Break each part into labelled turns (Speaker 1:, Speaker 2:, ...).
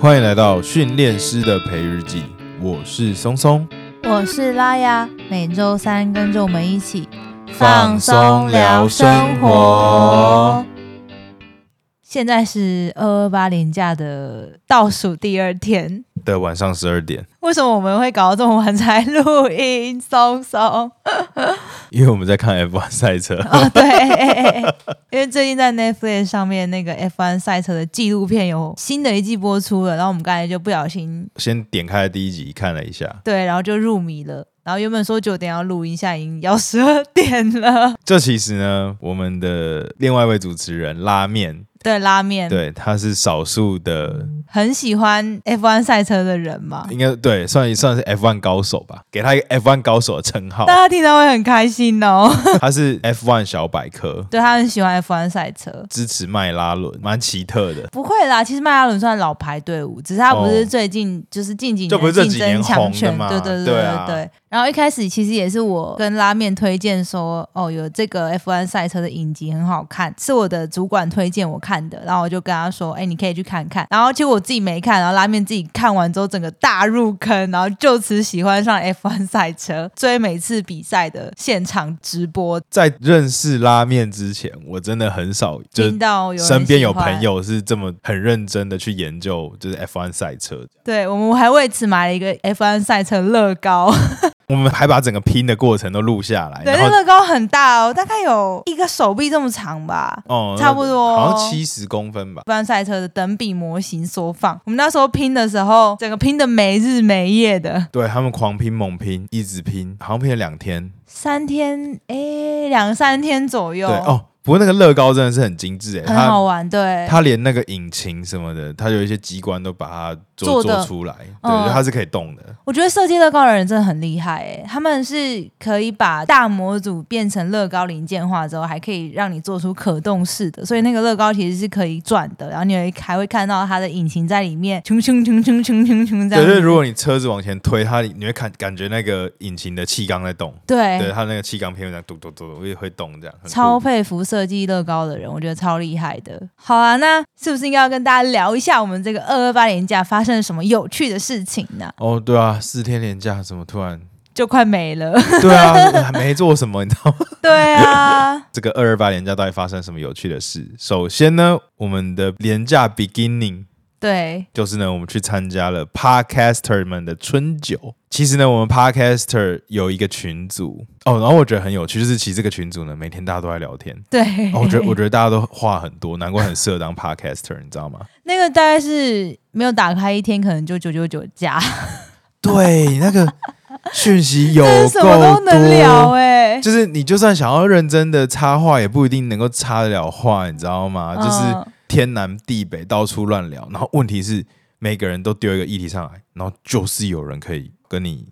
Speaker 1: 欢迎来到训练师的培日记，我是松松，
Speaker 2: 我是拉雅，每周三跟着我们一起
Speaker 1: 放松聊生活。
Speaker 2: 现在是二二八年假的倒数第二天，
Speaker 1: 的晚上十二点，
Speaker 2: 为什么我们会搞到这么晚才录音？松松
Speaker 1: 因为我们在看 F1 赛车，
Speaker 2: 哦，对，因为最近在 Netflix 上面那个 F1 赛车的纪录片有新的一季播出了，然后我们刚才就不小心
Speaker 1: 先点开第一集看了一下，
Speaker 2: 对，然后就入迷了。然后原本说九点要录音，现在已经要十二点了。
Speaker 1: 这其实呢，我们的另外一位主持人拉面，
Speaker 2: 对，拉面，，
Speaker 1: 对，他是少数的，
Speaker 2: 很喜欢 F1 赛车的人嘛，
Speaker 1: 应该对，算算是 F1 高手吧，给他一个 F1 高手的称 号
Speaker 2: 大，家听到会很开心哦。
Speaker 1: 他是 F1 小百科，
Speaker 2: 对他很喜欢 F1 赛车，
Speaker 1: 支持迈拉伦，蛮奇特的。
Speaker 2: 不会啦。其实迈阿伦算老牌队伍，只是他不
Speaker 1: 哦
Speaker 2: 是最近、就是近几
Speaker 1: 就不是
Speaker 2: 年
Speaker 1: 这
Speaker 2: 竞
Speaker 1: 几年
Speaker 2: 争
Speaker 1: 红的
Speaker 2: 强权，
Speaker 1: 嘛
Speaker 2: 对对
Speaker 1: 对
Speaker 2: 对
Speaker 1: 啊
Speaker 2: 对。然后一开始其实也是我跟拉面推荐说，哦，有这个 F1 赛车的影集很好看，是我的主管推荐我看的。然后我就跟他说，哎，你可以去看看。然后结果我自己没看，然后拉面自己看完之后，整个大入坑，然后就此喜欢上 F1 赛车，追每次比赛的现场直播，
Speaker 1: 在认识拉面之前，我真的很少就是
Speaker 2: 听到有人
Speaker 1: 身边有
Speaker 2: 喜欢
Speaker 1: 朋友是这么很认真的去研究，就是 F1 赛车，
Speaker 2: 对，我们还为此买了一个 F1 赛车乐高，
Speaker 1: 我们还把整个拼的过程都录下来，
Speaker 2: 对，
Speaker 1: 然
Speaker 2: 那
Speaker 1: 后
Speaker 2: 乐高很大哦，大概有一个手臂这么长吧。
Speaker 1: 哦，
Speaker 2: 差不多
Speaker 1: 好像七十公分吧。
Speaker 2: F1 赛车的等比模型缩放，我们那时候拼的时候，整个拼的没日没夜的，
Speaker 1: 对他们狂拼猛拼，一直拼，好像拼了两天。
Speaker 2: 三天，诶，两三天左右，
Speaker 1: 对哦，不过那个乐高真的是很精致诶，
Speaker 2: 很好
Speaker 1: 它
Speaker 2: 玩，对，
Speaker 1: 它连那个引擎什么的，它有一些机关都把它做
Speaker 2: 做的
Speaker 1: 做出来，对，
Speaker 2: 嗯
Speaker 1: 就它是可以动的。
Speaker 2: 我觉得设计乐高的人真的很厉害诶，他们是可以把大模组变成乐高零件化之后，还可以让你做出可动式的，所以那个乐高其实是可以转的，然后你会还会看到它的引擎在里面，冲冲冲冲冲冲冲这
Speaker 1: 对，
Speaker 2: 样
Speaker 1: 就是
Speaker 2: 子。
Speaker 1: 如果你车子往前推，它你会看感觉那个引擎的气缸在动。对，
Speaker 2: 对，
Speaker 1: 它那个气缸片会这样嘟嘟嘟嘟，会会动这样，很酷
Speaker 2: 哎超佩服设计乐高的人，我觉得超厉害的。好啊，那是不是应该要跟大家聊一下我们这个二二八年假发生了什么有趣的事情呢？
Speaker 1: 哦，对啊，四天连假怎么突然？
Speaker 2: 就快没了。
Speaker 1: 对啊，还没做什么，你知道吗？
Speaker 2: 对啊，
Speaker 1: 这个二二八连假到底发生什么有趣的事？首先呢，我们的连假 beginning
Speaker 2: 对，
Speaker 1: 就是呢，我们去参加了 podcaster 们的春酒。其实呢，我们 podcaster 有一个群组哦，然后我觉得很有趣，就是其实这个群组呢，每天大家都在聊天。
Speaker 2: 对。
Speaker 1: 哦、我觉得，我觉得大家都话很多，难怪很适合当 podcaster，你知道吗？
Speaker 2: 那个大概是没有打开一天，可能就九九九加，
Speaker 1: 对，那个讯息 有
Speaker 2: 但是什么都能聊哎、
Speaker 1: 就是你就算想要认真的插话，也不一定能够插得了话，你知道吗？就是
Speaker 2: 嗯
Speaker 1: 天南地北到处乱聊，然后问题是每个人都丢一个议题上来，然后就是有人可以跟你
Speaker 2: 嗯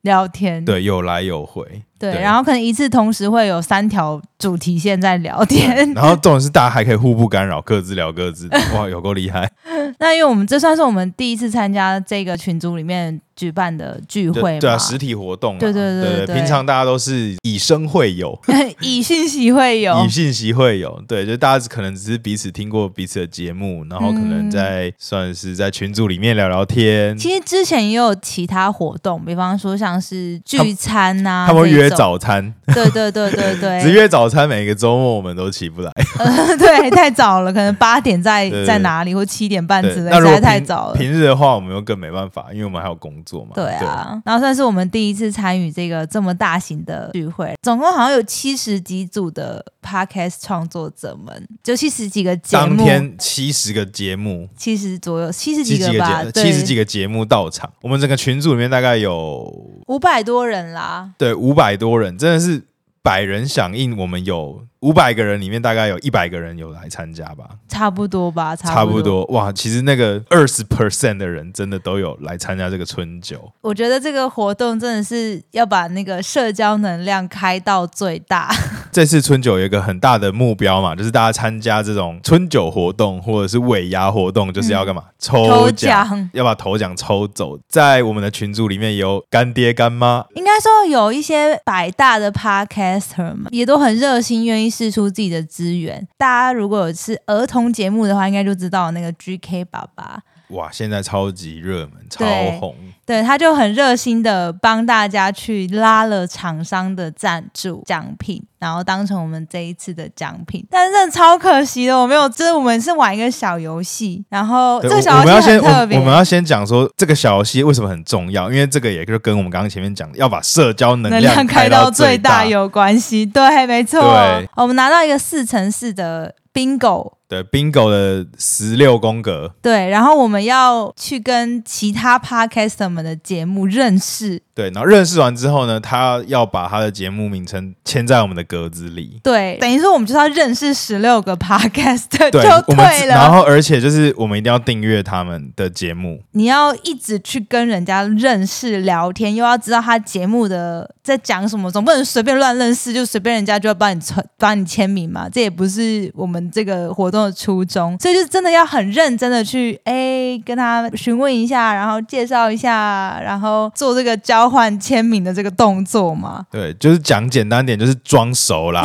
Speaker 2: 聊天，
Speaker 1: 对有来有回，
Speaker 2: 对
Speaker 1: 对
Speaker 2: 然后可能一次同时会有三条主题线在聊天。
Speaker 1: 然后重点是大家还可以互不干扰，各自聊各 自的，哇，有够厉害！
Speaker 2: 那因为我们这算是我们第一次参加这个群组里面举办的聚会
Speaker 1: 对
Speaker 2: 嘛，
Speaker 1: 对啊，实体活动嘛，
Speaker 2: 对对对
Speaker 1: 对
Speaker 2: 对
Speaker 1: 平常大家都是以生会友，
Speaker 2: 以讯息会友，
Speaker 1: 以信息会友，对，就大家可能只是彼此听过彼此的节目，然后可能
Speaker 2: 嗯
Speaker 1: 在、算是在群组里面聊聊天，
Speaker 2: 其实之前也有其他活动，比方说像是聚餐呐、啊，
Speaker 1: 他们会约
Speaker 2: 这种，
Speaker 1: 早餐，
Speaker 2: 对对对对
Speaker 1: 只
Speaker 2: 对，
Speaker 1: 约早餐，每个周末我们都起不来。
Speaker 2: 对，太早了，可能八点在
Speaker 1: 对对
Speaker 2: 在哪里或七点半
Speaker 1: 对
Speaker 2: 之，类，
Speaker 1: 那
Speaker 2: 实
Speaker 1: 如果
Speaker 2: 在
Speaker 1: 平
Speaker 2: 太早了。
Speaker 1: 平日的话，我们又更没办法，因为我们还有工作嘛。
Speaker 2: 对啊，然后算是我们第一次参与这个这么大型的聚会，总共好像有七十几组的 podcast 创作者们，就七十几个节
Speaker 1: 当
Speaker 2: 目，
Speaker 1: 天七十个节目，
Speaker 2: 七十左右，七十
Speaker 1: 七
Speaker 2: 几
Speaker 1: 十
Speaker 2: 个
Speaker 1: 几
Speaker 2: 吧，
Speaker 1: 个节，七十几个节目到场。我们整个群组里面大概有
Speaker 2: 五百多人啦，
Speaker 1: 对五百多人，真的是百人响应。我们有五百个人里面，大概有一百个人有来参加吧，
Speaker 2: 差不多吧，
Speaker 1: 差
Speaker 2: 不
Speaker 1: 不。多。哇，其实那个二十 percent 的人真的都有来参加这个春酒。
Speaker 2: 我 觉得这个活动真的是要把那个社交能量开到最大，
Speaker 1: 这次春酒有一个很大的目标嘛，就是大家参加这种春酒活动或者是尾牙活动，就是要干嘛？抽
Speaker 2: 嗯抽
Speaker 1: 奖，
Speaker 2: 奖。
Speaker 1: 要把头奖抽走。在我们的群组里面有干爹干妈，
Speaker 2: 应该说有一些百大的 podcaster 们也都很热心，愿意试出自己的资源。大家如果有是儿童节目的话，应该就知道那个 GK 爸爸，
Speaker 1: 哇，现在超级热门，超
Speaker 2: 对
Speaker 1: 红。
Speaker 2: 对，他就很热心的帮大家去拉了厂商的赞助奖品，然后当成我们这一次的奖品。但是真的超可惜的，我没有，就是我们是玩一个小游戏，然后这
Speaker 1: 对，
Speaker 2: 个
Speaker 1: 我
Speaker 2: 小
Speaker 1: 我们
Speaker 2: 游
Speaker 1: 要
Speaker 2: 戏
Speaker 1: 先
Speaker 2: 很
Speaker 1: 我
Speaker 2: 特别，
Speaker 1: 我们要先讲说这个小游戏为什么很重要，因为这个也就跟我们刚刚前面讲的，要把社交能
Speaker 2: 能
Speaker 1: 量
Speaker 2: 量
Speaker 1: 开
Speaker 2: 开
Speaker 1: 到
Speaker 2: 到
Speaker 1: 最
Speaker 2: 最
Speaker 1: 大
Speaker 2: 大。有关系。对，没错
Speaker 1: 对。
Speaker 2: 我们拿到一个四乘四的 bingo。
Speaker 1: 对，bingo 的十六宫格，
Speaker 2: 对，然后我们要去跟其他 podcaster 们的节目认识，
Speaker 1: 对，然后认识完之后呢，他要把他的节目名称签在我们的格子里。
Speaker 2: 对，等于说我们就是要认识十六个 podcaster
Speaker 1: 对，
Speaker 2: 就
Speaker 1: 我们
Speaker 2: 对
Speaker 1: 然
Speaker 2: 了。
Speaker 1: 后而且就是我们一定要订阅他们的节目，
Speaker 2: 你要一直去跟人家认识、聊天，又要知道他节目的在讲什么，总不能随便乱认识，就随便人家就要帮你签 帮你签名嘛，这也不是我们这个活动的初衷。所以就真的要很认真的去哎跟他询问一下，然后介绍一下，然后做这个交换签名的这个动作嘛。
Speaker 1: 对，就是讲简单点，就是装熟啦。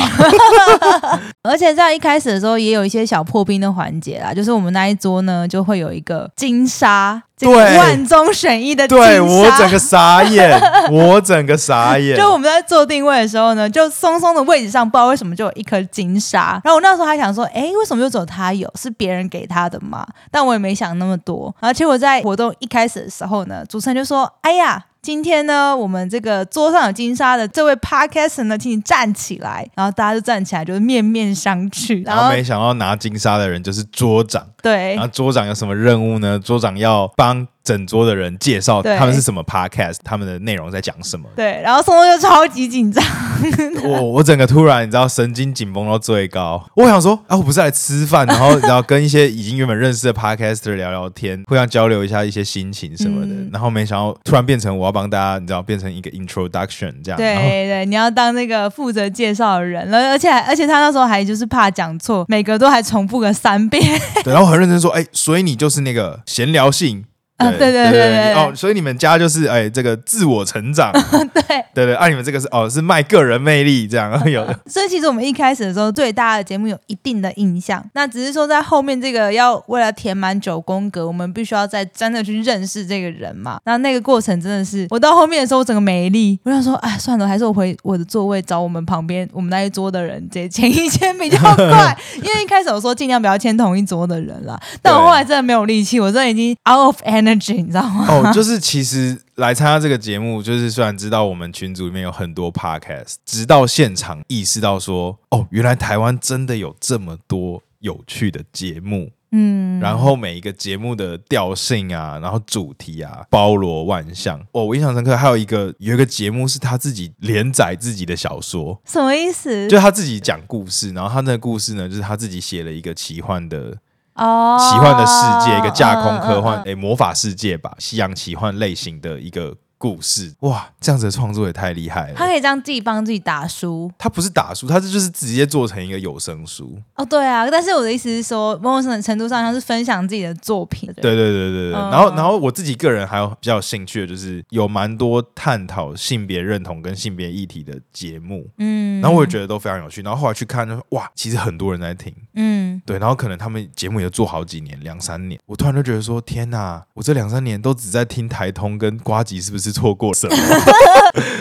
Speaker 2: 而且在一开始的时候，也有一些小破冰的环节啦，就是我们那一桌呢，就会有一个金沙，这个
Speaker 1: 对
Speaker 2: 万中选一的金
Speaker 1: 对
Speaker 2: 沙。
Speaker 1: 我整个傻眼，我整个傻眼。
Speaker 2: 就我们在做定位的时候呢，就松松的位置上，不知道为什么就有一颗金沙。然后我那时候还想说，哎，为什么就只有他有？是别人给他的吗？但我也没想那么多。然后结果在活动一开始的时候呢，主持人就说：“哎呀。”今天呢，我们这个桌上有金沙的这位 podcast 呢，请你站起来。然后大家就站起来，就是面面相觑。
Speaker 1: 然后没想到拿金沙的人就是桌长，
Speaker 2: 对，
Speaker 1: 然后桌长有什么任务呢？桌长要帮整桌的人介绍
Speaker 2: 对
Speaker 1: 他们是什么 podcast，他们的内容在讲什么。
Speaker 2: 对，然后松松就超级紧张，
Speaker 1: 我我整个突然你知道神经紧绷到最高，我想说啊，我不是来吃饭，然后然后跟一些已经原本认识的 podcaster 聊聊天，互相交流一下一些心情什么的，
Speaker 2: 嗯
Speaker 1: 然后没想到突然变成我要帮大家，你知道变成一个 introduction 这样，
Speaker 2: 对
Speaker 1: 然后
Speaker 2: 对，你要当那个负责介绍的人，然后而且还而且他那时候还就是怕讲错，每个都还重复个三遍，
Speaker 1: 对，然后我很认真说，哎、所以你就是那个闲聊性。
Speaker 2: 啊对对对对对
Speaker 1: 哦，所以你们家就是哎，这个自我成长，
Speaker 2: 对。
Speaker 1: 对对，啊，你们这个是哦，是卖个人魅力这样，然后有
Speaker 2: 所以其实我们一开始的时候对大家的节目有一定的印象，那只是说在后面这个要为了填满九宫格，我们必须要再真的去认识这个人嘛。那那个过程真的是，我到后面的时候我整个没力，我想说，哎，算了，还是我回我的座位找我们旁边我们那一桌的人直接签一签比 较快，因为一开始我说尽量不要签同一桌的人啦，但我后来真的没有力气，我真的已经 out of energy，你知道吗？
Speaker 1: 哦，就是其实来参加这个节目，就是虽然知道我们群组里面有很多 podcast，直到现场意识到说，哦，原来台湾真的有这么多有趣的节目。嗯，然后每一个节目的调性啊，然后主题啊，包罗万象。哦，我印象深刻，还有一个有一个节目是他自己连载自己的小说，
Speaker 2: 什么意思？
Speaker 1: 就他自己讲故事，然后他那个故事呢，就是他自己写了一个奇幻的
Speaker 2: 哦，
Speaker 1: 奇幻的世界，一个架空科幻，
Speaker 2: 嗯嗯嗯嗯
Speaker 1: 诶、魔法世界吧，西洋奇幻类型的一个故事。哇，这样子的创作也太厉害
Speaker 2: 他
Speaker 1: 了！
Speaker 2: 可以这样自己帮自己打书，
Speaker 1: 他不是打书，他这就是直接做成一个有声书。
Speaker 2: 哦，对啊，但是我的意思是说，某种程度上像是分享自己的作品。
Speaker 1: 对对对对对。
Speaker 2: 嗯
Speaker 1: 然后，然后我自己个人还有比较有兴趣的，就是有蛮多探讨性别认同跟性别议题的节目。
Speaker 2: 嗯，
Speaker 1: 然后我也觉得都非常有趣，然后后来去看，就说哇，其实很多人在听，
Speaker 2: 嗯，
Speaker 1: 对，然后可能他们节目也做好几年，两三年，我突然就觉得说，天哪，我这两三年都只在听台通跟瓜吉，是不是错过什么？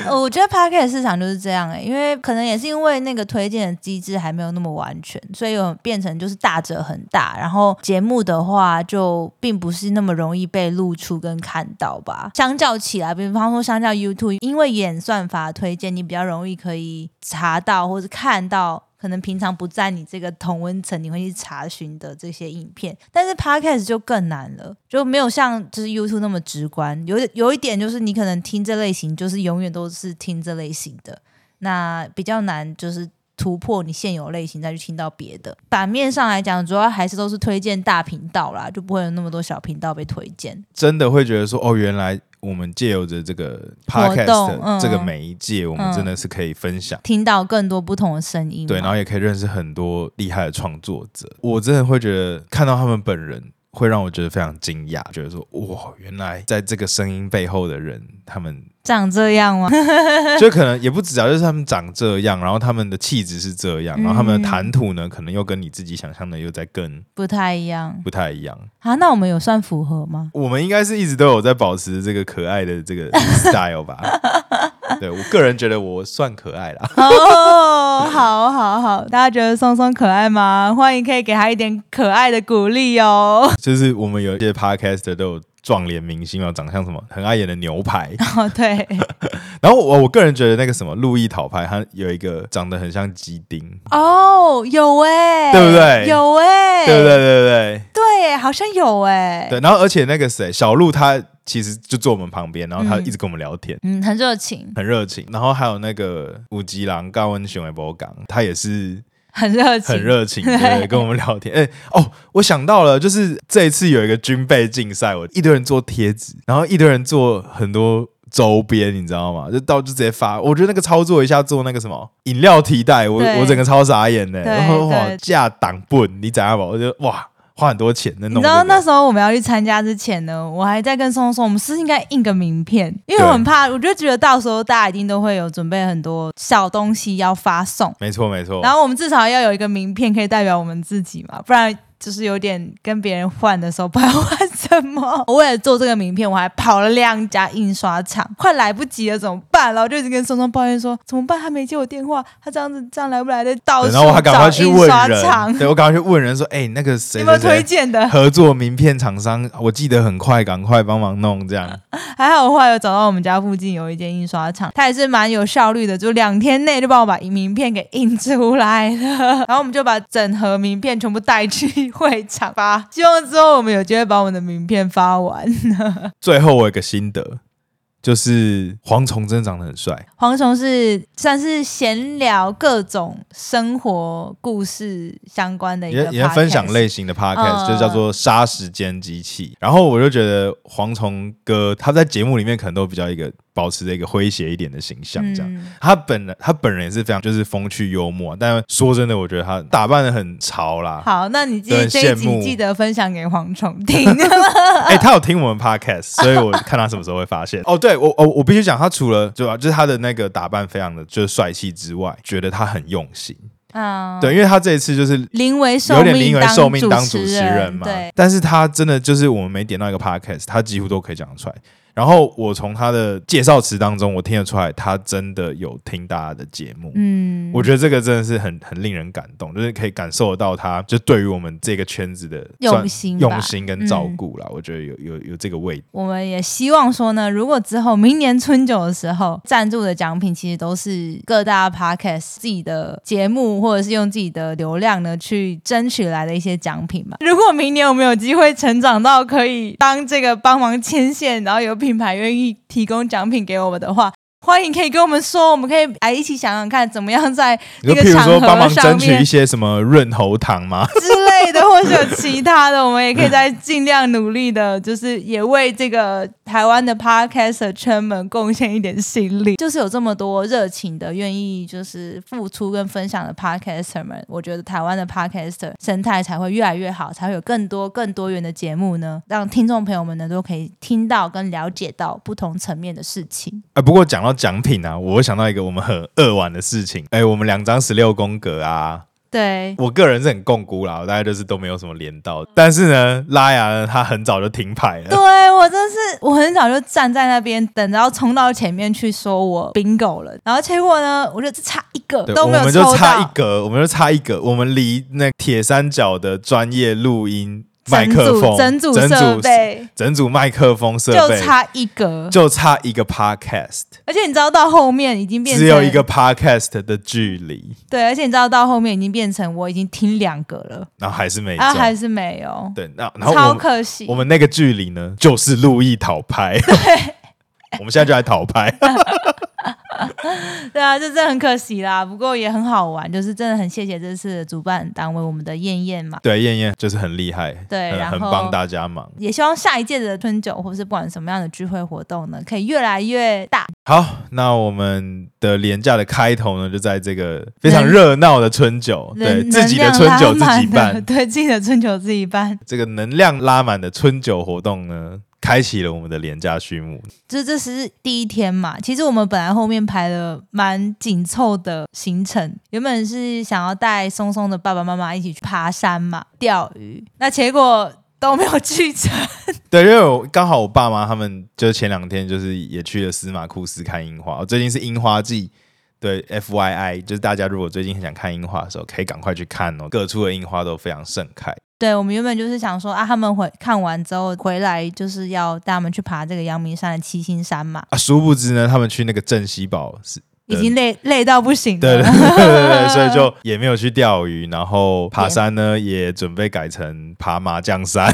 Speaker 2: 呃我觉得 p a r k e t 市场就是这样哎、因为可能也是因为那个推荐的机制还没有那么完全，所以有变成就是大者很大，然后节目的话就并不是那么容易被露出跟看到吧。相较起来，比方说相较 YouTube，因为演算法推荐，你比较容易可以查到或是看到。可能平常不在你这个同温层，你会去查询的这些影片，但是 podcast 就更难了，就没有像就是 YouTube 那么直观。有有一点就是你可能听这类型，就是永远都是听这类型的，那比较难就是突破你现有类型再去听到别的。版面上来讲，主要还是都是推荐大频道啦，就不会有那么多小频道被推荐。
Speaker 1: 真的会觉得说，哦，原来我们借由着这个
Speaker 2: 活动
Speaker 1: podcast、
Speaker 2: 嗯
Speaker 1: 这个媒介，我们
Speaker 2: 嗯
Speaker 1: 真的是可以分享。
Speaker 2: 听到更多不同的声音嘛。
Speaker 1: 对，然后也可以认识很多厉害的创作者。我真的会觉得看到他们本人，会让我觉得非常惊讶，觉得说哇，原来在这个声音背后的人，他们
Speaker 2: 长这样吗？
Speaker 1: 就可能也不止啊，就是他们长这样，然后他们的气质是这样，然后他们
Speaker 2: 嗯
Speaker 1: 的谈吐呢，可能又跟你自己想象的又在更
Speaker 2: 不太一样
Speaker 1: 不太一样。
Speaker 2: 啊。那我们有算符合吗？
Speaker 1: 我们应该是一直都有在保持这个可爱的这个 style 吧？ 对我个人觉得我算可爱啦。
Speaker 2: 哦，好好好，大家觉得松松可爱吗？欢迎可以给他一点可爱的鼓励哦。
Speaker 1: 就是我们有一些 podcaster 都有撞脸明星啊，长相什么很碍眼的牛排。
Speaker 2: 哦，对，
Speaker 1: 然后我我个人觉得那个什么路易讨拍，他有一个长得很像鸡丁，
Speaker 2: 哦，有哎、
Speaker 1: 对不对
Speaker 2: 有哎、
Speaker 1: 对不对？对不对
Speaker 2: 对，好像有哎、
Speaker 1: 对对。然后而且那个谁，小鹿他其实就坐我们旁边，然后他
Speaker 2: 嗯
Speaker 1: 一直跟我们聊天。
Speaker 2: 嗯，很热情，
Speaker 1: 很热情，然后还有那个五吉郎高温雄的博港，他也是
Speaker 2: 很热情，
Speaker 1: 很热情，对对，跟我们 聊天。哎、哦，我想到了，就是这一次有一个军备竞赛，我一堆人做贴纸，然后一堆人做很多周边，你知道吗？就到就直接发，我觉得那个操作一下做那个什么饮料替代，我
Speaker 2: 对
Speaker 1: 我整个超傻眼的、
Speaker 2: 对
Speaker 1: 然后哇
Speaker 2: 对
Speaker 1: 架挡棍，你怎样吧？我就哇花很多钱在
Speaker 2: 你
Speaker 1: 弄、
Speaker 2: 知道
Speaker 1: 这
Speaker 2: 那
Speaker 1: 个。
Speaker 2: 时候我们要去参加之前呢，我还在跟松松说，我们是不是应该印个名片，因为我很怕，我就觉得到时候大家一定都会有准备很多小东西要发送，
Speaker 1: 没错没错
Speaker 2: 然，后我们至少要有一个名片可以代表我们自己嘛，不然就是有点跟别人换的时候不知道换什 么。我为了做这个名片，我还跑了两家印刷厂，快来不及了，怎么办？然后就一直跟松松抱怨说，怎么办？他没接我电话，他这样子这样来不来的？到处
Speaker 1: 然后我还赶快
Speaker 2: 找
Speaker 1: 去
Speaker 2: 印
Speaker 1: 问
Speaker 2: 刷厂
Speaker 1: 人，，对我赶快去问人说，哎、那个谁
Speaker 2: 有没有
Speaker 1: 谁
Speaker 2: 推
Speaker 1: 谁
Speaker 2: 荐的？
Speaker 1: 合作名片厂商，我记得很快，赶快帮忙弄这样。
Speaker 2: 还好后来有找到我们家附近有一间印刷厂，它也是蛮有效率的，就两天内就帮我把名片给印出来了。 然后我们就把整盒名片全部带去会场发，希望之后我们有机会把我们的名片发完。
Speaker 1: 最后我有一个心得，就是蝗虫真的长得很帅，
Speaker 2: 蝗虫是算是闲聊各种生活故事相关的一
Speaker 1: 也
Speaker 2: 个
Speaker 1: 也是分享
Speaker 2: podcast
Speaker 1: 类型的 podcast，、
Speaker 2: 嗯
Speaker 1: 就叫做《杀时间机器》。然后我就觉得蝗虫哥他在节目里面可能都比较一个保持着一个诙谐一点的形象，这样。
Speaker 2: 嗯
Speaker 1: 他本人他本人也是非常就是风趣幽默，但说真的，我觉得他打扮的很潮 啦。
Speaker 2: 好，那你
Speaker 1: 对
Speaker 2: 这这一
Speaker 1: 羡慕
Speaker 2: 集记得分享给蝗虫听。
Speaker 1: 哎、他有听我们 podcast，所 以我看他什么时候会发 现。哦，对我，哦，我必须讲，他除了对吧，就是他的那个打扮非常的就是帅气之外，觉得他很用心。
Speaker 2: 嗯，
Speaker 1: 对，因为他这一次就是
Speaker 2: 临危受
Speaker 1: 有
Speaker 2: 命，
Speaker 1: 点临危受命当主持人嗯
Speaker 2: 人
Speaker 1: 嘛。
Speaker 2: 对，
Speaker 1: 但是他真的就是我们每点到一个 podcast，他几乎都可以讲得出来。然后我从他的介绍词当中，我听得出来，他真的有听大家的节目。
Speaker 2: 嗯，
Speaker 1: 我觉得这个真的是很很令人感动，就是可以感受得到他就对于我们这个圈子的
Speaker 2: 用心吧
Speaker 1: 用心嗯跟照顾啦。我觉得有有有这个味道。
Speaker 2: 我们也希望说呢，如果之后明年春酒的时候，赞助的奖品其实都是各大 podcast 自己的节目，或者是用自己的流量呢去争取来的一些奖品嘛。如果明年我们有机会成长到可以当这个帮忙牵线，然后有品牌愿意提供奖品给我们的话。欢迎可以跟我们说，我们可以来一起想想看，怎么样在
Speaker 1: 你
Speaker 2: 那
Speaker 1: 就
Speaker 2: 个
Speaker 1: 譬如说
Speaker 2: 场合
Speaker 1: 帮忙
Speaker 2: 上
Speaker 1: 争取
Speaker 2: 面
Speaker 1: 一些什么润喉糖吗？
Speaker 2: 之类的，或是有其他的，我们也可以再尽量努力的，就是也为这个台湾的 podcaster 圈们贡献一点心力。就是有这么多热情的、愿意就是付出跟分享的 podcaster 们，我觉得台湾的 podcaster 生态才会越来越好，才会有更多更多元的节目呢，让听众朋友们呢都可以听到跟了解到不同层面的事情。
Speaker 1: 啊，不过讲到奖品啊，我想到一个我们很扼腕的事情。哎、我们两张十六宫格啊，
Speaker 2: 对，
Speaker 1: 我个人是很共估啦，我大概就是都没有什么连到。但是呢，拉雅呢，他很早就停牌 了。
Speaker 2: 对我真是，我很早就站在那边，等着要冲到前面去说我 bingo 了，然后结果呢，我就只差一个
Speaker 1: 对，
Speaker 2: 都
Speaker 1: 我
Speaker 2: 没有
Speaker 1: 们
Speaker 2: 抽
Speaker 1: 就
Speaker 2: 到，
Speaker 1: 差一格，我们就差一格，我们离那铁三角的专业录音麦
Speaker 2: 整
Speaker 1: 克
Speaker 2: 组
Speaker 1: 风、
Speaker 2: 整组
Speaker 1: 整
Speaker 2: 设
Speaker 1: 组、
Speaker 2: 备
Speaker 1: 整组麦克风设
Speaker 2: 就
Speaker 1: 备
Speaker 2: 差一格，
Speaker 1: 就差一个 podcast，
Speaker 2: 而且你知道到后面已经变成
Speaker 1: 只有一个 podcast 的距离，
Speaker 2: 对，而且你知道到后面已经变成我已经听两个了，
Speaker 1: 然后还是没中。
Speaker 2: 然啊后还是没有，
Speaker 1: 对，那然后我
Speaker 2: 超
Speaker 1: 们
Speaker 2: 可惜
Speaker 1: 我。们那个距 离呢，就是路易讨拍。我们现在就来讨拍。
Speaker 2: 对啊，这真的很可惜啦。不过也很好玩，就是真的很谢谢这次的主办单位我们的燕燕嘛。
Speaker 1: 对，燕燕就是很厉害，
Speaker 2: 对
Speaker 1: 很
Speaker 2: 然
Speaker 1: 很
Speaker 2: 后
Speaker 1: 帮大家忙。
Speaker 2: 也希望下一届的春酒，或是不管什么样的聚会活动呢，可以越来越大。
Speaker 1: 好，那我们的廉价的开头呢，就在这个非常热闹的春酒，对
Speaker 2: 嗯能
Speaker 1: 自己的春酒自
Speaker 2: 能量拉
Speaker 1: 己
Speaker 2: 满的
Speaker 1: 办，
Speaker 2: 对自己的春酒自己办。
Speaker 1: 这个能量拉满的春酒活动呢，开启了我们的廉价序幕。
Speaker 2: 就是这是第一天嘛，其实我们本来后面排了蛮紧凑的行程，原本是想要带松松的爸爸妈妈一起去爬山嘛、钓鱼，那结果都没有去成。
Speaker 1: 对，因为我刚好我爸妈他们就是前两天就是也去了司马库斯看樱花，哦最近是樱花季。对，F Y I，就是大家如果最近很想看樱花的时候，可以赶快去看哦，各处的樱花都非常盛开。
Speaker 2: 对，我们原本就是想说啊，他们回看完之后回来，就是要带他们去爬这个阳明山的七星山嘛，
Speaker 1: 啊，殊不知呢，他们去那个镇西堡是，
Speaker 2: 已经累累到不 行了。
Speaker 1: 对对对对 对，所以就也没有去钓鱼，然后爬山呢也准备改成爬麻将 山，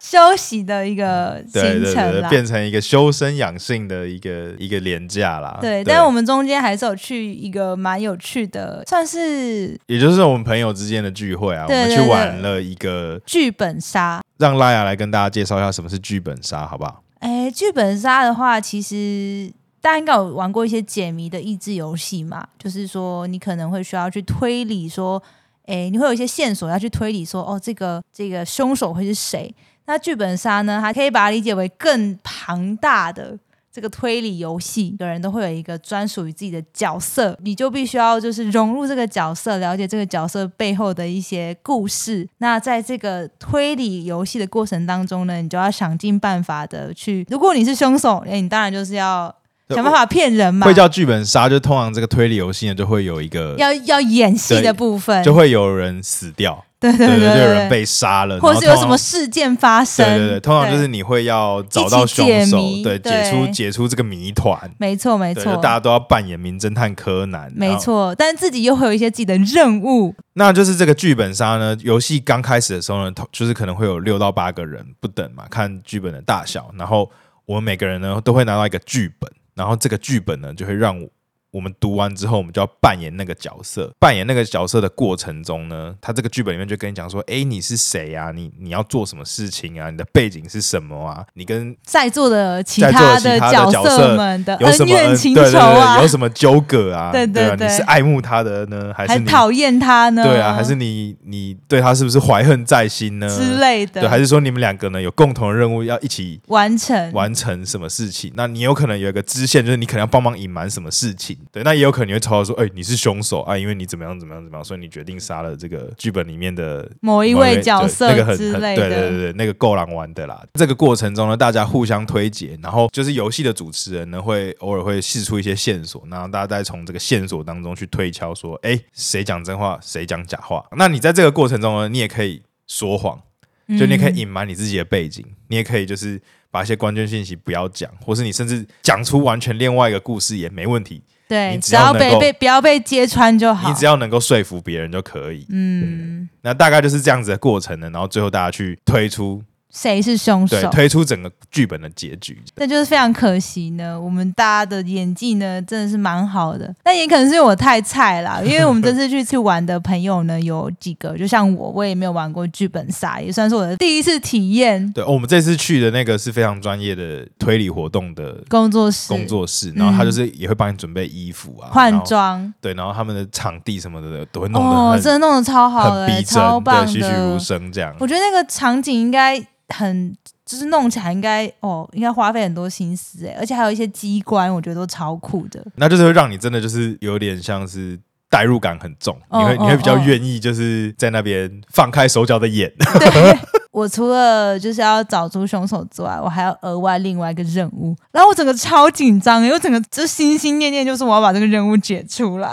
Speaker 2: 休息的一个
Speaker 1: 嗯对
Speaker 2: 行
Speaker 1: 对对
Speaker 2: 程啦
Speaker 1: 对，。变成一个修身养性的一个一个廉价啦。
Speaker 2: 对，但是我们中间还是有去一个蛮有趣的，算是
Speaker 1: 也就是我们朋友之间的聚会啊，
Speaker 2: 对
Speaker 1: 我
Speaker 2: 对
Speaker 1: 们去玩了一个，
Speaker 2: 剧本杀。
Speaker 1: 让拉雅来跟大家介绍一下什么是剧本杀，好不好？
Speaker 2: 哎，剧本杀的话，其实大家应该有玩过一些解谜的益智游戏嘛，就是说你可能会需要去推理说，哎，你会有一些线索要去推理说，哦，这个这个凶手会是谁？那剧本杀呢，还可以把它理解为更庞大的。这个推理游戏，每个人都会有一个专属于自己的角色，你就必须要就是融入这个角色，了解这个角色背后的一些故事。那在这个推理游戏的过程当中呢，你就要想尽办法的去，如果你是凶手，哎，你当然就是要想办法骗人嘛，
Speaker 1: 会叫剧本杀，就通常这个推理游戏呢，就会有一个，
Speaker 2: 要要演戏
Speaker 1: 对
Speaker 2: 的部分，
Speaker 1: 就会有人死掉，
Speaker 2: 对对
Speaker 1: 对
Speaker 2: 对
Speaker 1: 就有人被杀了，
Speaker 2: 或者是有
Speaker 1: 然后通
Speaker 2: 什
Speaker 1: 常
Speaker 2: 么事件发生，
Speaker 1: 对对对，通常就是你会要找到凶
Speaker 2: 一起解
Speaker 1: 手，
Speaker 2: 谜
Speaker 1: 对，
Speaker 2: 对
Speaker 1: 解出解出这个谜团，
Speaker 2: 没错没
Speaker 1: 对，
Speaker 2: 错
Speaker 1: 就，大家都要扮演名侦探柯南，
Speaker 2: 没
Speaker 1: 然后。
Speaker 2: 错，但是自己又会有一些自己的任务，
Speaker 1: 那就是这个剧本杀呢，游戏刚开始的时候呢，通就是可能会有六到八个人不等嘛，看剧本的大小，然后我们每个人呢都会拿到一个剧本，然后这个剧本呢就会让我。我们读完之后，我们就要扮演那个角色。扮演那个角色的过程中呢，他这个剧本里面就跟你讲说：“诶，你是谁啊？你你要做什么事情啊？你的背景是什么啊？你跟
Speaker 2: 在座的其
Speaker 1: 在座的
Speaker 2: 他
Speaker 1: 其他的
Speaker 2: 角
Speaker 1: 角色
Speaker 2: 色们的
Speaker 1: 有什
Speaker 2: 呃恩
Speaker 1: 么
Speaker 2: 怨
Speaker 1: 恩
Speaker 2: 情
Speaker 1: 对对
Speaker 2: 仇啊，
Speaker 1: 对，有什么纠葛啊？
Speaker 2: 对对
Speaker 1: 啊
Speaker 2: 对
Speaker 1: 你是爱慕他的呢，还
Speaker 2: 还
Speaker 1: 是
Speaker 2: 是
Speaker 1: 你
Speaker 2: 讨厌他呢？
Speaker 1: 对啊，还是你你对他是不是怀恨在心呢？
Speaker 2: 之类的，
Speaker 1: 对，还是说你们两个呢有共同的任务要一起
Speaker 2: 完成
Speaker 1: 完成什么事情？那你有可能有一个支线，就是你可能要帮忙隐瞒什么事情。对，那也有可能你会抽到说，哎、你是凶手啊，因为你怎么样怎么样怎么样，所以你决定杀了这个剧本里面的
Speaker 2: 某一
Speaker 1: 某
Speaker 2: 位角色
Speaker 1: 哦对那个很
Speaker 2: 之
Speaker 1: 很
Speaker 2: 类
Speaker 1: 对对对
Speaker 2: 的。
Speaker 1: 对，那个够狼玩的啦。这个过程中呢，大家互相推解，然后就是游戏的主持人呢，会偶尔会试出一些线索，然后大家再从这个线索当中去推敲说，哎，谁讲真话，谁讲假话。那你在这个过程中呢，你也可以说谎，就你也可以
Speaker 2: 嗯
Speaker 1: 隐瞒你自己的背景，你也可以就是把一些关键信息不要讲，或是你甚至讲出完全另外一个故事也没问题，
Speaker 2: 对，
Speaker 1: 你只
Speaker 2: 只
Speaker 1: 要
Speaker 2: 要
Speaker 1: 能
Speaker 2: 被
Speaker 1: 够
Speaker 2: 被不要被揭穿就好。
Speaker 1: 你只要能够说服别人就可以。
Speaker 2: 嗯，
Speaker 1: 那大概就是这样子的过程呢，然后最后大家去推出
Speaker 2: 谁是凶
Speaker 1: 对，
Speaker 2: 手？
Speaker 1: 推出整个剧本的结局。
Speaker 2: 那就是非常可惜呢。我们大家的演技呢，真的是蛮好的，但也可能是因为我太菜啦。因为我们这次去 去玩的朋友呢，有几个，就像我，我也没有玩过剧本杀，也算是我的第一次体验
Speaker 1: 对、哦我们这次去的那个是非常专业的推理活动的
Speaker 2: 工作室
Speaker 1: 工作室，然后他就是也会帮你准备衣服啊，然
Speaker 2: 嗯换
Speaker 1: 后，
Speaker 2: 装。
Speaker 1: 对，然后他们的场地什么的都会弄得
Speaker 2: 哦，
Speaker 1: 很、
Speaker 2: 真的弄得超好
Speaker 1: 很
Speaker 2: 的、
Speaker 1: 逼真，
Speaker 2: 超棒
Speaker 1: 对，栩栩如
Speaker 2: 的。
Speaker 1: 生这样。
Speaker 2: 我觉得那个场景应该很，就是弄起来应该哦，应该花费很多心思哎，而且还有一些机关，我觉得都超酷的。
Speaker 1: 那就是会让你真的就是有点像是。代入感很重，你
Speaker 2: 哦
Speaker 1: 会、你
Speaker 2: 哦
Speaker 1: 会比较
Speaker 2: 哦
Speaker 1: 愿意就是在那边放开手 脚的演，
Speaker 2: 对，我除了就是要找出凶手之外，我还要额外另外一个任务，然后我整个超紧张欸诶，我整个就心心念念就是我要把这个任务解出来。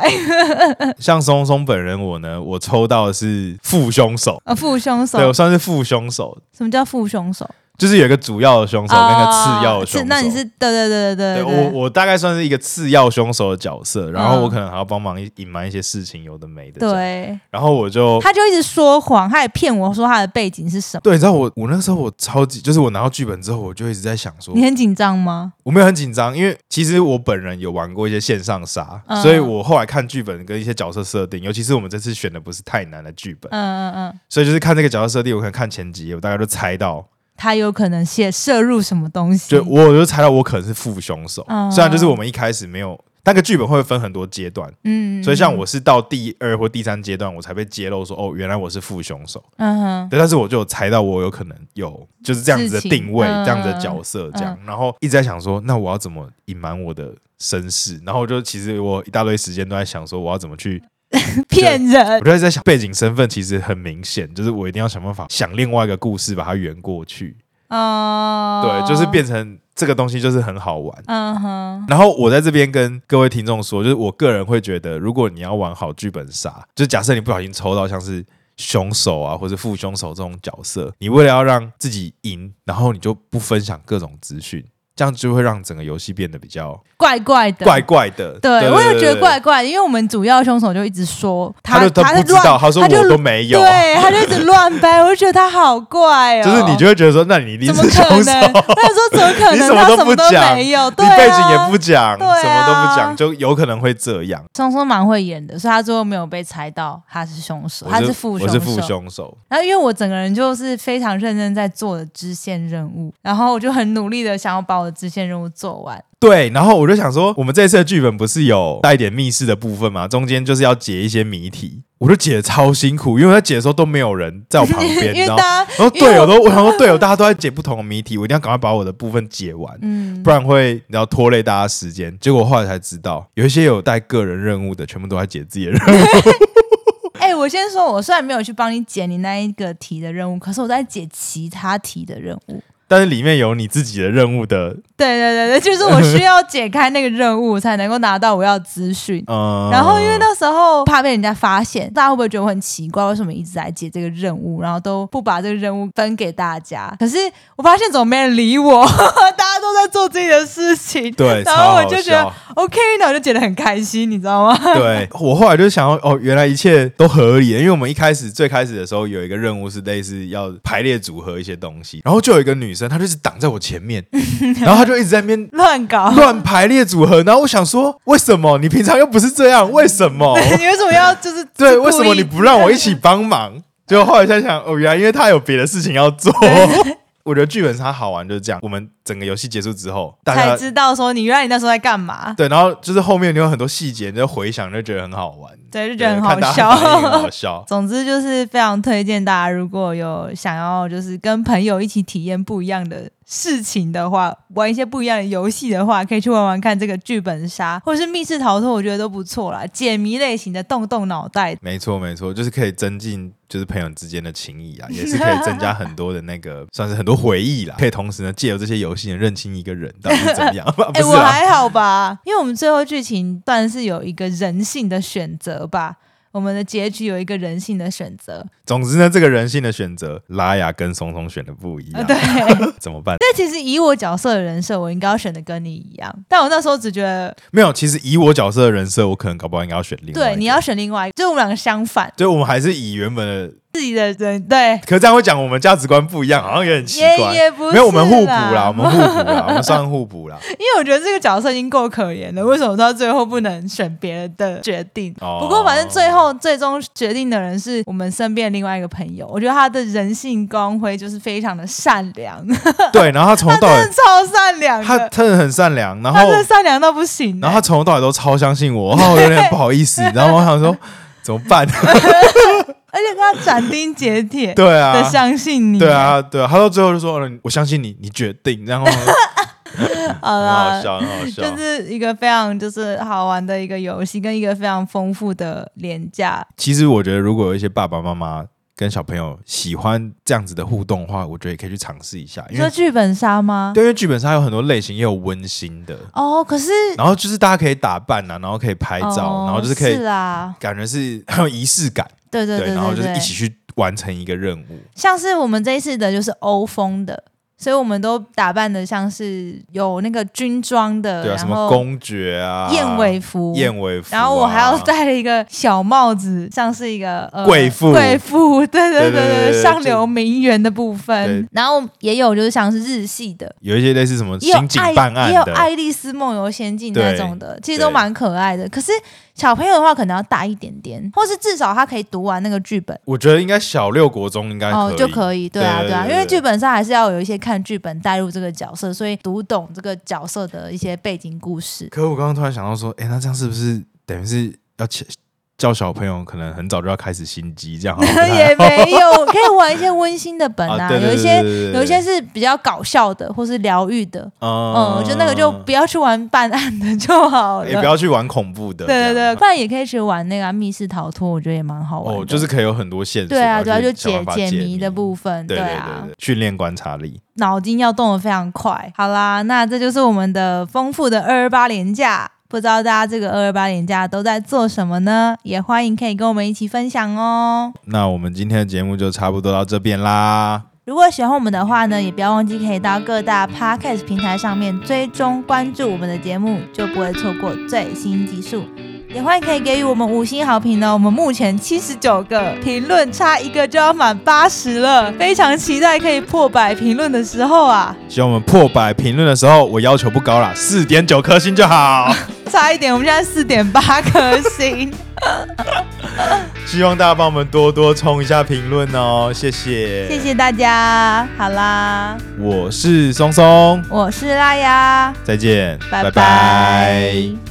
Speaker 1: 像松松本人我呢，我抽到的是副凶手，
Speaker 2: 啊，副凶
Speaker 1: 对我
Speaker 2: 手，
Speaker 1: 算是副凶手，
Speaker 2: 什么叫副凶手？啊
Speaker 1: 就是有一个主要的凶手跟一个次要的凶手。
Speaker 2: 哦是那你是对对对对
Speaker 1: 对我
Speaker 2: 对
Speaker 1: 我大概算是一个次要凶手的角色，然后
Speaker 2: 嗯
Speaker 1: 我可能还要帮忙隐瞒一些事情，有的没的。，
Speaker 2: 对，
Speaker 1: 然后我就
Speaker 2: 他就一直说谎，他也骗我说他的背景是什么。
Speaker 1: 对，你知道我我那时候我超级就是我拿到剧本之后，我就一直在想说
Speaker 2: 你，很紧张吗？
Speaker 1: 我没有很紧张，因为其实我本人有玩过一些线上杀，
Speaker 2: 嗯
Speaker 1: 所以我后来看剧本跟一些角色设定，尤其是我们这次选的不是太难的剧本，
Speaker 2: 嗯嗯嗯，
Speaker 1: 所以就是看这个角色设定，我可能看前几页，我大概就猜到，
Speaker 2: 他有可能写摄入什么东西？
Speaker 1: 就我就猜到我可能是副凶手。
Speaker 2: 嗯
Speaker 1: 虽然就是我们一开始没有。那个剧本会分很多阶段，
Speaker 2: 嗯，
Speaker 1: 所以像我是到第二或第三阶段，我才被揭露说哦，原来我是副凶手。
Speaker 2: 嗯哼
Speaker 1: 对，但是我就有猜到我有可能有就是这样子的
Speaker 2: 事情
Speaker 1: 定位，
Speaker 2: 嗯
Speaker 1: 这样子的角色，这样，然后一直在想说，那我要怎么隐瞒我的身世？然后我就其实我一大堆时间都在想说，我要怎么去？
Speaker 2: 骗
Speaker 1: 我
Speaker 2: 人，
Speaker 1: 就在想背景身份其实很明显，就是我一定要想办法想另外一个故事把它圆过去。
Speaker 2: 哦，
Speaker 1: 对，就是变成这个东西就是很好玩。
Speaker 2: 嗯哼，
Speaker 1: 然后我在这边跟各位听众说，就是我个人会觉得，如果你要玩好剧本杀，就假设你不小心抽到像是凶手啊或者副凶手这种角色，你为了要让自己赢，然后你就不分享各种资讯。这样就会让整个游戏变得比较
Speaker 2: 怪怪的，
Speaker 1: 怪怪的。
Speaker 2: 对，我也觉得怪，怪，因为我们主要凶手就一直说
Speaker 1: 他就
Speaker 2: 他
Speaker 1: 不
Speaker 2: 是
Speaker 1: 知
Speaker 2: 乱，
Speaker 1: 道，他说
Speaker 2: 就
Speaker 1: 我都没有，啊
Speaker 2: 对，他就一直乱掰，我就觉得他好怪 哦。
Speaker 1: 就是你就会觉得说，那你一定
Speaker 2: 怎么
Speaker 1: 是凶
Speaker 2: 可能？我
Speaker 1: 手，
Speaker 2: 想说怎么可
Speaker 1: 你
Speaker 2: 能？
Speaker 1: 什么
Speaker 2: 他
Speaker 1: 都
Speaker 2: 什
Speaker 1: 不
Speaker 2: 么都
Speaker 1: 讲
Speaker 2: 没有，对
Speaker 1: 你
Speaker 2: 啊，
Speaker 1: 背景也不讲，
Speaker 2: 对啊
Speaker 1: 什么都不讲，就有可能会这样。
Speaker 2: 松松蛮会演的，所以他最后没有被猜到他是凶手，他
Speaker 1: 我是
Speaker 2: 副
Speaker 1: 我是
Speaker 2: 凶
Speaker 1: 副
Speaker 2: 手。
Speaker 1: 凶手，
Speaker 2: 然后因为我整个人就是非常认真在做的支线任务，然后我就很努力的想要把我的支线任务做完。
Speaker 1: 对，然后我就想说，我们这次的剧本不是有带一点密室的部分嘛，中间就是要解一些谜题，我就解的超辛苦，因为我在解的时候都没有人在我 旁边，
Speaker 2: 因
Speaker 1: 你
Speaker 2: 为
Speaker 1: 知道吗？
Speaker 2: 大家，
Speaker 1: 然后
Speaker 2: 因为
Speaker 1: 队友都，我想说队友大家都在解不同的谜题，我一定要赶快把我的部分解完，
Speaker 2: 嗯
Speaker 1: 不，然会你知道拖累大家时间。结果后来才知道，有一些有带个人任务的，全部都在解自己的任务。
Speaker 2: 哎、我先说，我虽然没有去帮你解你那一个题的任务，可是我在解其他题的任 务。
Speaker 1: 但是里面有你自己的任务的，
Speaker 2: 对对对对，就是我需要解开那个任务，才能够拿到我要的资讯。
Speaker 1: 嗯，
Speaker 2: 然后因为那时候怕被人家发现，大家会不会觉得我很奇怪，为什么一直在解这个任务，然后都不把这个任务分给大家？可是我发现怎么没人理我， 大家都在做自己的事情。
Speaker 1: 对，
Speaker 2: 然
Speaker 1: 超
Speaker 2: 后我
Speaker 1: 好
Speaker 2: 就觉
Speaker 1: 笑
Speaker 2: 得 OK，那我就觉得很开心，你知道吗？
Speaker 1: 对我后来就想要哦，原来一切都合理，因为我们一开始最开始的时候有一个任务是类似要排列组合一些东西，然后就有一个女生，她就是挡在我前 面，然后她就一直在那边
Speaker 2: 乱搞，
Speaker 1: 乱排列组合，然后我想说为什么你平常又不是这样，为什 么？
Speaker 2: 你为什么要就是
Speaker 1: 对，
Speaker 2: 是故
Speaker 1: 为什么
Speaker 2: 意
Speaker 1: 你不让我一起帮忙？结果后来想想，哦，原来因为他有别的事情要做。 我觉得剧本杀好玩就是这样，我们整个游戏结束之后，大
Speaker 2: 才
Speaker 1: 家
Speaker 2: 知道说你原来你那时候在干嘛？
Speaker 1: 对，然后就是后面你有很多细节，你就回想就觉得很好玩。
Speaker 2: 对，就觉得很
Speaker 1: 对
Speaker 2: 好
Speaker 1: 看大家反应很
Speaker 2: 笑。
Speaker 1: 好笑。
Speaker 2: 总之就是非常推荐大家，如果有想要就是跟朋友一起体验不一样的事情的话，玩一些不一样的游戏的话，可以去玩玩看这个剧本杀或是密室逃脱，我觉得都不错啦。解谜类型的，动动脑袋。
Speaker 1: 没错，没错，就是可以增进就是朋友之间的情谊啊，也是可以增加很多的那个，算是很多回忆啦。可以同时呢，借由这些游戏呢，认清一个人到底是怎么样。不
Speaker 2: 哎、
Speaker 1: 是
Speaker 2: 我
Speaker 1: 啊，
Speaker 2: 还好吧，因为我们最后剧情算是有一个人性的选择吧，我们的结局有一个人性的选择。
Speaker 1: 总之呢，这个人性的选择，拉雅跟松松选的不一
Speaker 2: 啊，
Speaker 1: 样，
Speaker 2: 对。
Speaker 1: 怎么办？
Speaker 2: 但其实以我角色的人设，我应该要选的跟你一样。但我那时候只觉得，
Speaker 1: 没有，其实以我角色的人设，我可能搞不好应该要选另外一个。
Speaker 2: 对，你要选另外一个，就我们两个相反，
Speaker 1: 就我们还是以原本的，
Speaker 2: 自己的人对，
Speaker 1: 可这样会讲我们价值观不一样，好像有点奇
Speaker 2: 也
Speaker 1: 怪。
Speaker 2: 也不是
Speaker 1: 没有，我们互补啦，我们互补啦，我们算互补 啦。
Speaker 2: 因为我觉得这个角色已经够可怜了，为什么到最后不能选别人的决定？
Speaker 1: 哦
Speaker 2: 不过反正最后最终决定的人是我们身边另外一个朋友，我觉得他的人性光辉就是非常的善良，
Speaker 1: 对，然后他从头哦到
Speaker 2: 真
Speaker 1: 尾
Speaker 2: 的，超善良
Speaker 1: 他
Speaker 2: 的，
Speaker 1: 他真的很善良，然
Speaker 2: 他
Speaker 1: 后
Speaker 2: 真的善良到不行、欸
Speaker 1: 然后他从头到尾都超相信我，然后我有点不好意 思，然后我想说怎么办？
Speaker 2: 而且他斩钉截 铁
Speaker 1: 对
Speaker 2: 的
Speaker 1: 啊，
Speaker 2: 相信你，
Speaker 1: 对，啊，对啊，他到最后就说嗯我相信你，你决定，然后 很
Speaker 2: 好啦，
Speaker 1: 好笑，很好笑
Speaker 2: 就。是一个非常就是好玩的一个游戏，跟一个非常丰富的廉价。
Speaker 1: 其实我觉得，如果有一些爸爸妈妈跟小朋友喜欢这样子的互动的话，我觉得也可以去尝试一下，
Speaker 2: 你
Speaker 1: 因
Speaker 2: 说
Speaker 1: 为
Speaker 2: 剧本杀吗？
Speaker 1: 对，因为剧本杀有很多类型，也有温馨的，
Speaker 2: 哦，可是
Speaker 1: 然后就是大家可以打扮啊，然后可以拍照，
Speaker 2: 哦
Speaker 1: 然后就是可以
Speaker 2: 是啊，
Speaker 1: 感觉是 很有仪式感，
Speaker 2: 对对对
Speaker 1: 然后就是
Speaker 2: 对
Speaker 1: 一起去完成一个任务。
Speaker 2: 像是我们这一次的就是欧风的。所以我们都打扮的像是有那个军装的，
Speaker 1: 对啊，什
Speaker 2: 然
Speaker 1: 么
Speaker 2: 后
Speaker 1: 公爵啊，
Speaker 2: 燕尾服，
Speaker 1: 燕尾服啊，
Speaker 2: 然后我还要戴了一个小帽子，像是一个、呃、
Speaker 1: 贵妇
Speaker 2: 贵妇，对
Speaker 1: 对对
Speaker 2: 对
Speaker 1: 对
Speaker 2: 对
Speaker 1: 对
Speaker 2: 对，上流名媛的部分
Speaker 1: 对。
Speaker 2: 然后也有就是像是日系的，
Speaker 1: 有一些类似什么
Speaker 2: 也有
Speaker 1: 刑警
Speaker 2: 爱
Speaker 1: 办案
Speaker 2: 也有《
Speaker 1: 的，
Speaker 2: 爱丽丝梦游仙境》
Speaker 1: 对
Speaker 2: 那种的，其实都
Speaker 1: 对
Speaker 2: 蛮可爱的。可是小朋友的话，可能要大一点点，或是至少他可以读完那个剧本。
Speaker 1: 我觉得应该小六国中应该
Speaker 2: 哦，就
Speaker 1: 以。
Speaker 2: 可以，对啊，
Speaker 1: 对
Speaker 2: 对啊，
Speaker 1: 对
Speaker 2: 因为
Speaker 1: 对
Speaker 2: 剧本上还是要有一些看剧本带入这个角色，所以读懂这个角色的一些背景故事。
Speaker 1: 可我刚刚突然想到说，哎，那这样是不是等于是要切叫小朋友可能很早就要开始心机，这样好像不太
Speaker 2: 也没有，可以玩一些温馨的本啊，
Speaker 1: 啊对对
Speaker 2: 有一
Speaker 1: 对
Speaker 2: 些
Speaker 1: 对对对
Speaker 2: 有一些是比较搞笑的或是疗愈的，
Speaker 1: 嗯
Speaker 2: 嗯，就那个就不要去玩办案的就好
Speaker 1: 也
Speaker 2: 了。
Speaker 1: 不要去玩恐怖的，
Speaker 2: 对对
Speaker 1: 这
Speaker 2: 对，
Speaker 1: 样啊
Speaker 2: 不然也可以去玩那个啊密室逃脱，我觉得也蛮好玩的。
Speaker 1: 哦，就是可以有很多线索，
Speaker 2: 对啊，对
Speaker 1: 然
Speaker 2: 啊，
Speaker 1: 后
Speaker 2: 就
Speaker 1: 去想
Speaker 2: 解
Speaker 1: 办法
Speaker 2: 解
Speaker 1: 解
Speaker 2: 谜的部分，
Speaker 1: 对对
Speaker 2: 啊
Speaker 1: 对，对，训练观察力。
Speaker 2: 脑筋要动得非常快。好啦，那这就是我们的丰富的二二八连假。不知道大家这个二二八连假都在做什么呢？也欢迎可以跟我们一起分享哦。
Speaker 1: 那我们今天的节目就差不多到这边啦，
Speaker 2: 如果喜欢我们的话呢，也不要忘记可以到各大 podcast 平台上面追踪关注我们的节目，就不会错过最新集数。也欢迎可以给予我们五星好评哦呢，我们目前七十九个评论，差一个就要满八十了，非常期待可以破百评论的时候啊！
Speaker 1: 希望我们破百评论的时候，我要求不高啦，四点九颗星就 好。
Speaker 2: 差一点，我们现在四点八颗星。
Speaker 1: 希望大家帮我们多多冲一下评论哦，谢谢。
Speaker 2: 谢。谢大家，好啦，
Speaker 1: 我是松松，
Speaker 2: 我是拉雅，
Speaker 1: 再见，
Speaker 2: 拜
Speaker 1: 拜
Speaker 2: 拜。
Speaker 1: 拜